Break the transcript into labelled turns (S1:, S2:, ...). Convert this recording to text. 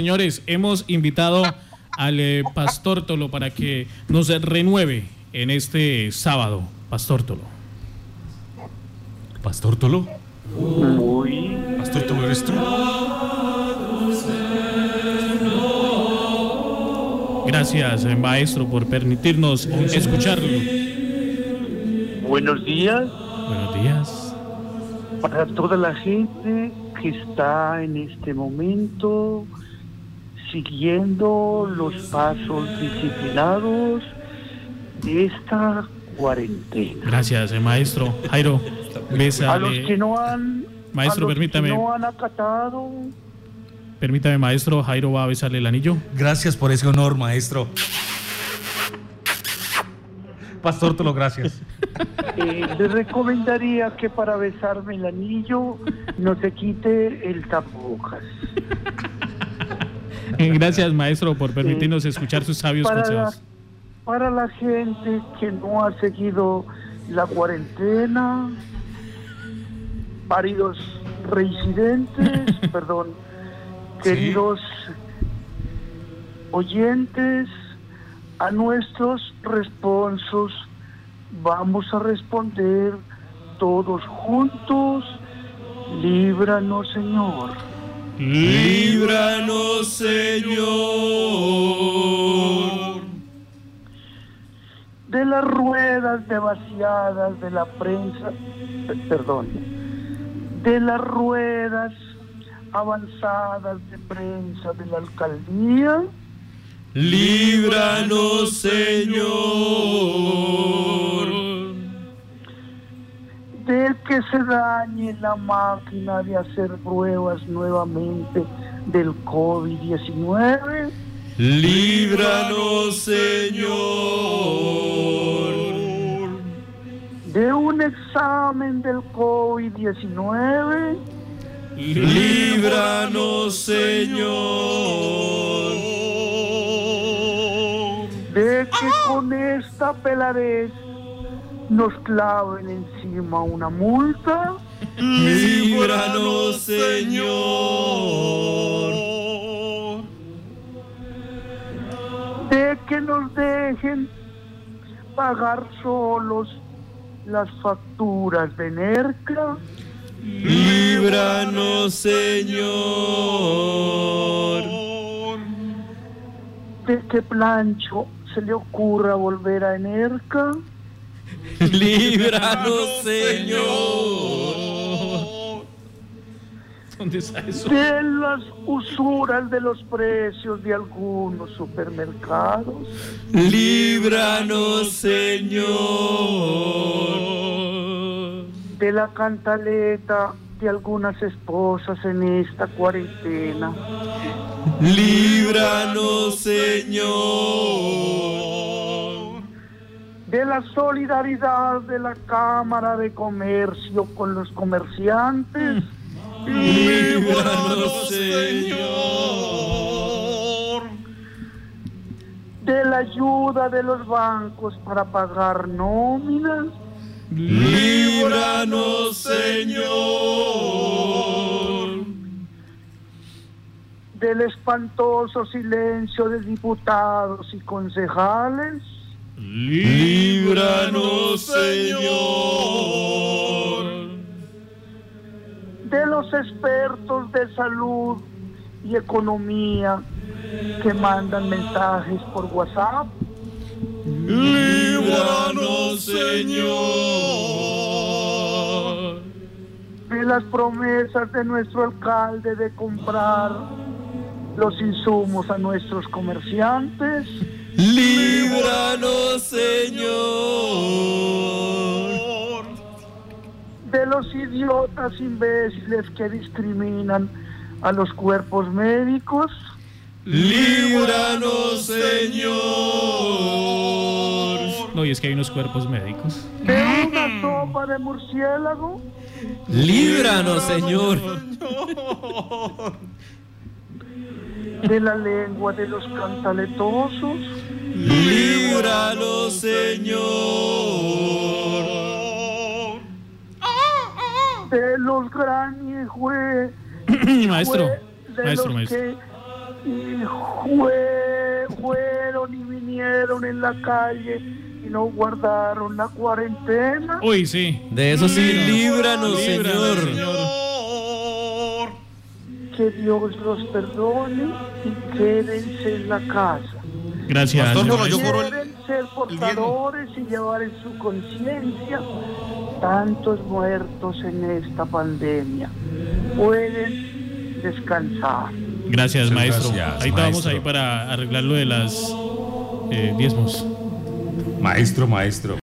S1: Señores, hemos invitado al eh, Pastor Tolo para que nos renueve en este sábado. Pastor Tolo.
S2: Pastor Tolo,
S3: Muy
S2: Pastor Tolo eres tú.
S1: Gracias, eh, maestro, por permitirnos escucharlo.
S3: buenos días
S1: Buenos días.
S3: para toda la gente que está en este momento siguiendo los pasos disciplinados de esta cuarentena.
S1: Gracias, eh, maestro. Jairo, besa. eh,
S3: A los que no han
S1: Maestro,
S3: a los
S1: permítame.
S3: que no han acatado
S1: Permítame, maestro. Jairo va a besarle el anillo.
S2: Gracias por ese honor, maestro. Pastor Tolo, gracias.
S3: eh, les recomendaría que para besarme el anillo no se quite el tapabocas.
S1: Eh, Gracias, maestro, por permitirnos escuchar sus sabios
S3: para la,
S1: consejos.
S3: para la gente que no ha seguido la cuarentena, varios reincidentes, perdón, queridos oyentes, a nuestros responsos vamos a responder todos juntos, líbranos Señor.
S2: Líbranos, Señor.
S3: de las ruedas demasiadas de la prensa, pe- perdón, de las ruedas avanzadas de prensa de la alcaldía,
S2: Líbranos, Señor.
S3: de que se dañe la máquina de hacer pruebas nuevamente del COVID-19,
S2: Líbranos, Señor.
S3: de un examen del COVID-19,
S2: Líbranos, Señor.
S3: de que con esta peladez nos claven encima una multa.
S2: Líbranos, Señor.
S3: de que nos dejen pagar solos las facturas de Nerca,
S2: Líbranos, Señor.
S3: de que Plancho se le ocurra volver a Enerca,
S2: Líbranos, Señor.
S1: ¿Dónde está eso?
S3: de las usuras de los precios de algunos supermercados,
S2: Líbranos, Señor.
S3: de la cantaleta de algunas esposas en esta cuarentena,
S2: Líbranos, Señor.
S3: de la solidaridad de la Cámara de Comercio con los comerciantes.
S2: Líbranos, Señor.
S3: de la ayuda de los bancos para pagar nóminas,
S2: Líbranos, Señor.
S3: del espantoso silencio de diputados y concejales,
S2: Líbranos, Señor.
S3: de los expertos de salud y economía que mandan mensajes por WhatsApp,
S2: Líbranos, Señor.
S3: de las promesas de nuestro alcalde de comprar los insumos a nuestros comerciantes,
S2: Líbranos, Señor.
S3: de los idiotas imbéciles que discriminan a los cuerpos médicos,
S2: Líbranos, Señor.
S1: No, y es que hay unos cuerpos médicos.
S3: de una sopa de murciélago,
S2: Líbranos, Señor.
S3: de la lengua de los cantaletosos,
S2: Líbranos, Señor.
S3: de los gran y jue-
S1: Maestro,
S3: jue- de
S1: maestro,
S3: los
S1: maestro.
S3: que fue- fueron y vinieron en la calle y no guardaron la cuarentena.
S1: Oh.
S2: Uy, sí.
S4: De eso sí, líbranos,
S1: Líbranos,
S2: Líbranos,
S4: Señor.
S1: Señor.
S3: Que Dios los perdone y quédense en la casa.
S2: Gracias.
S1: Pastor,
S2: señor
S1: no, yo
S2: maestro.
S1: por- cobro el-
S3: Deben ser portadores y llevar en su conciencia tantos muertos en esta pandemia. Pueden descansar.
S2: Gracias,
S4: Muchas
S2: maestro.
S4: gracias,
S2: ahí estábamos
S4: maestro.
S2: ahí para arreglar lo de las eh, diezmos.
S4: Maestro, maestro.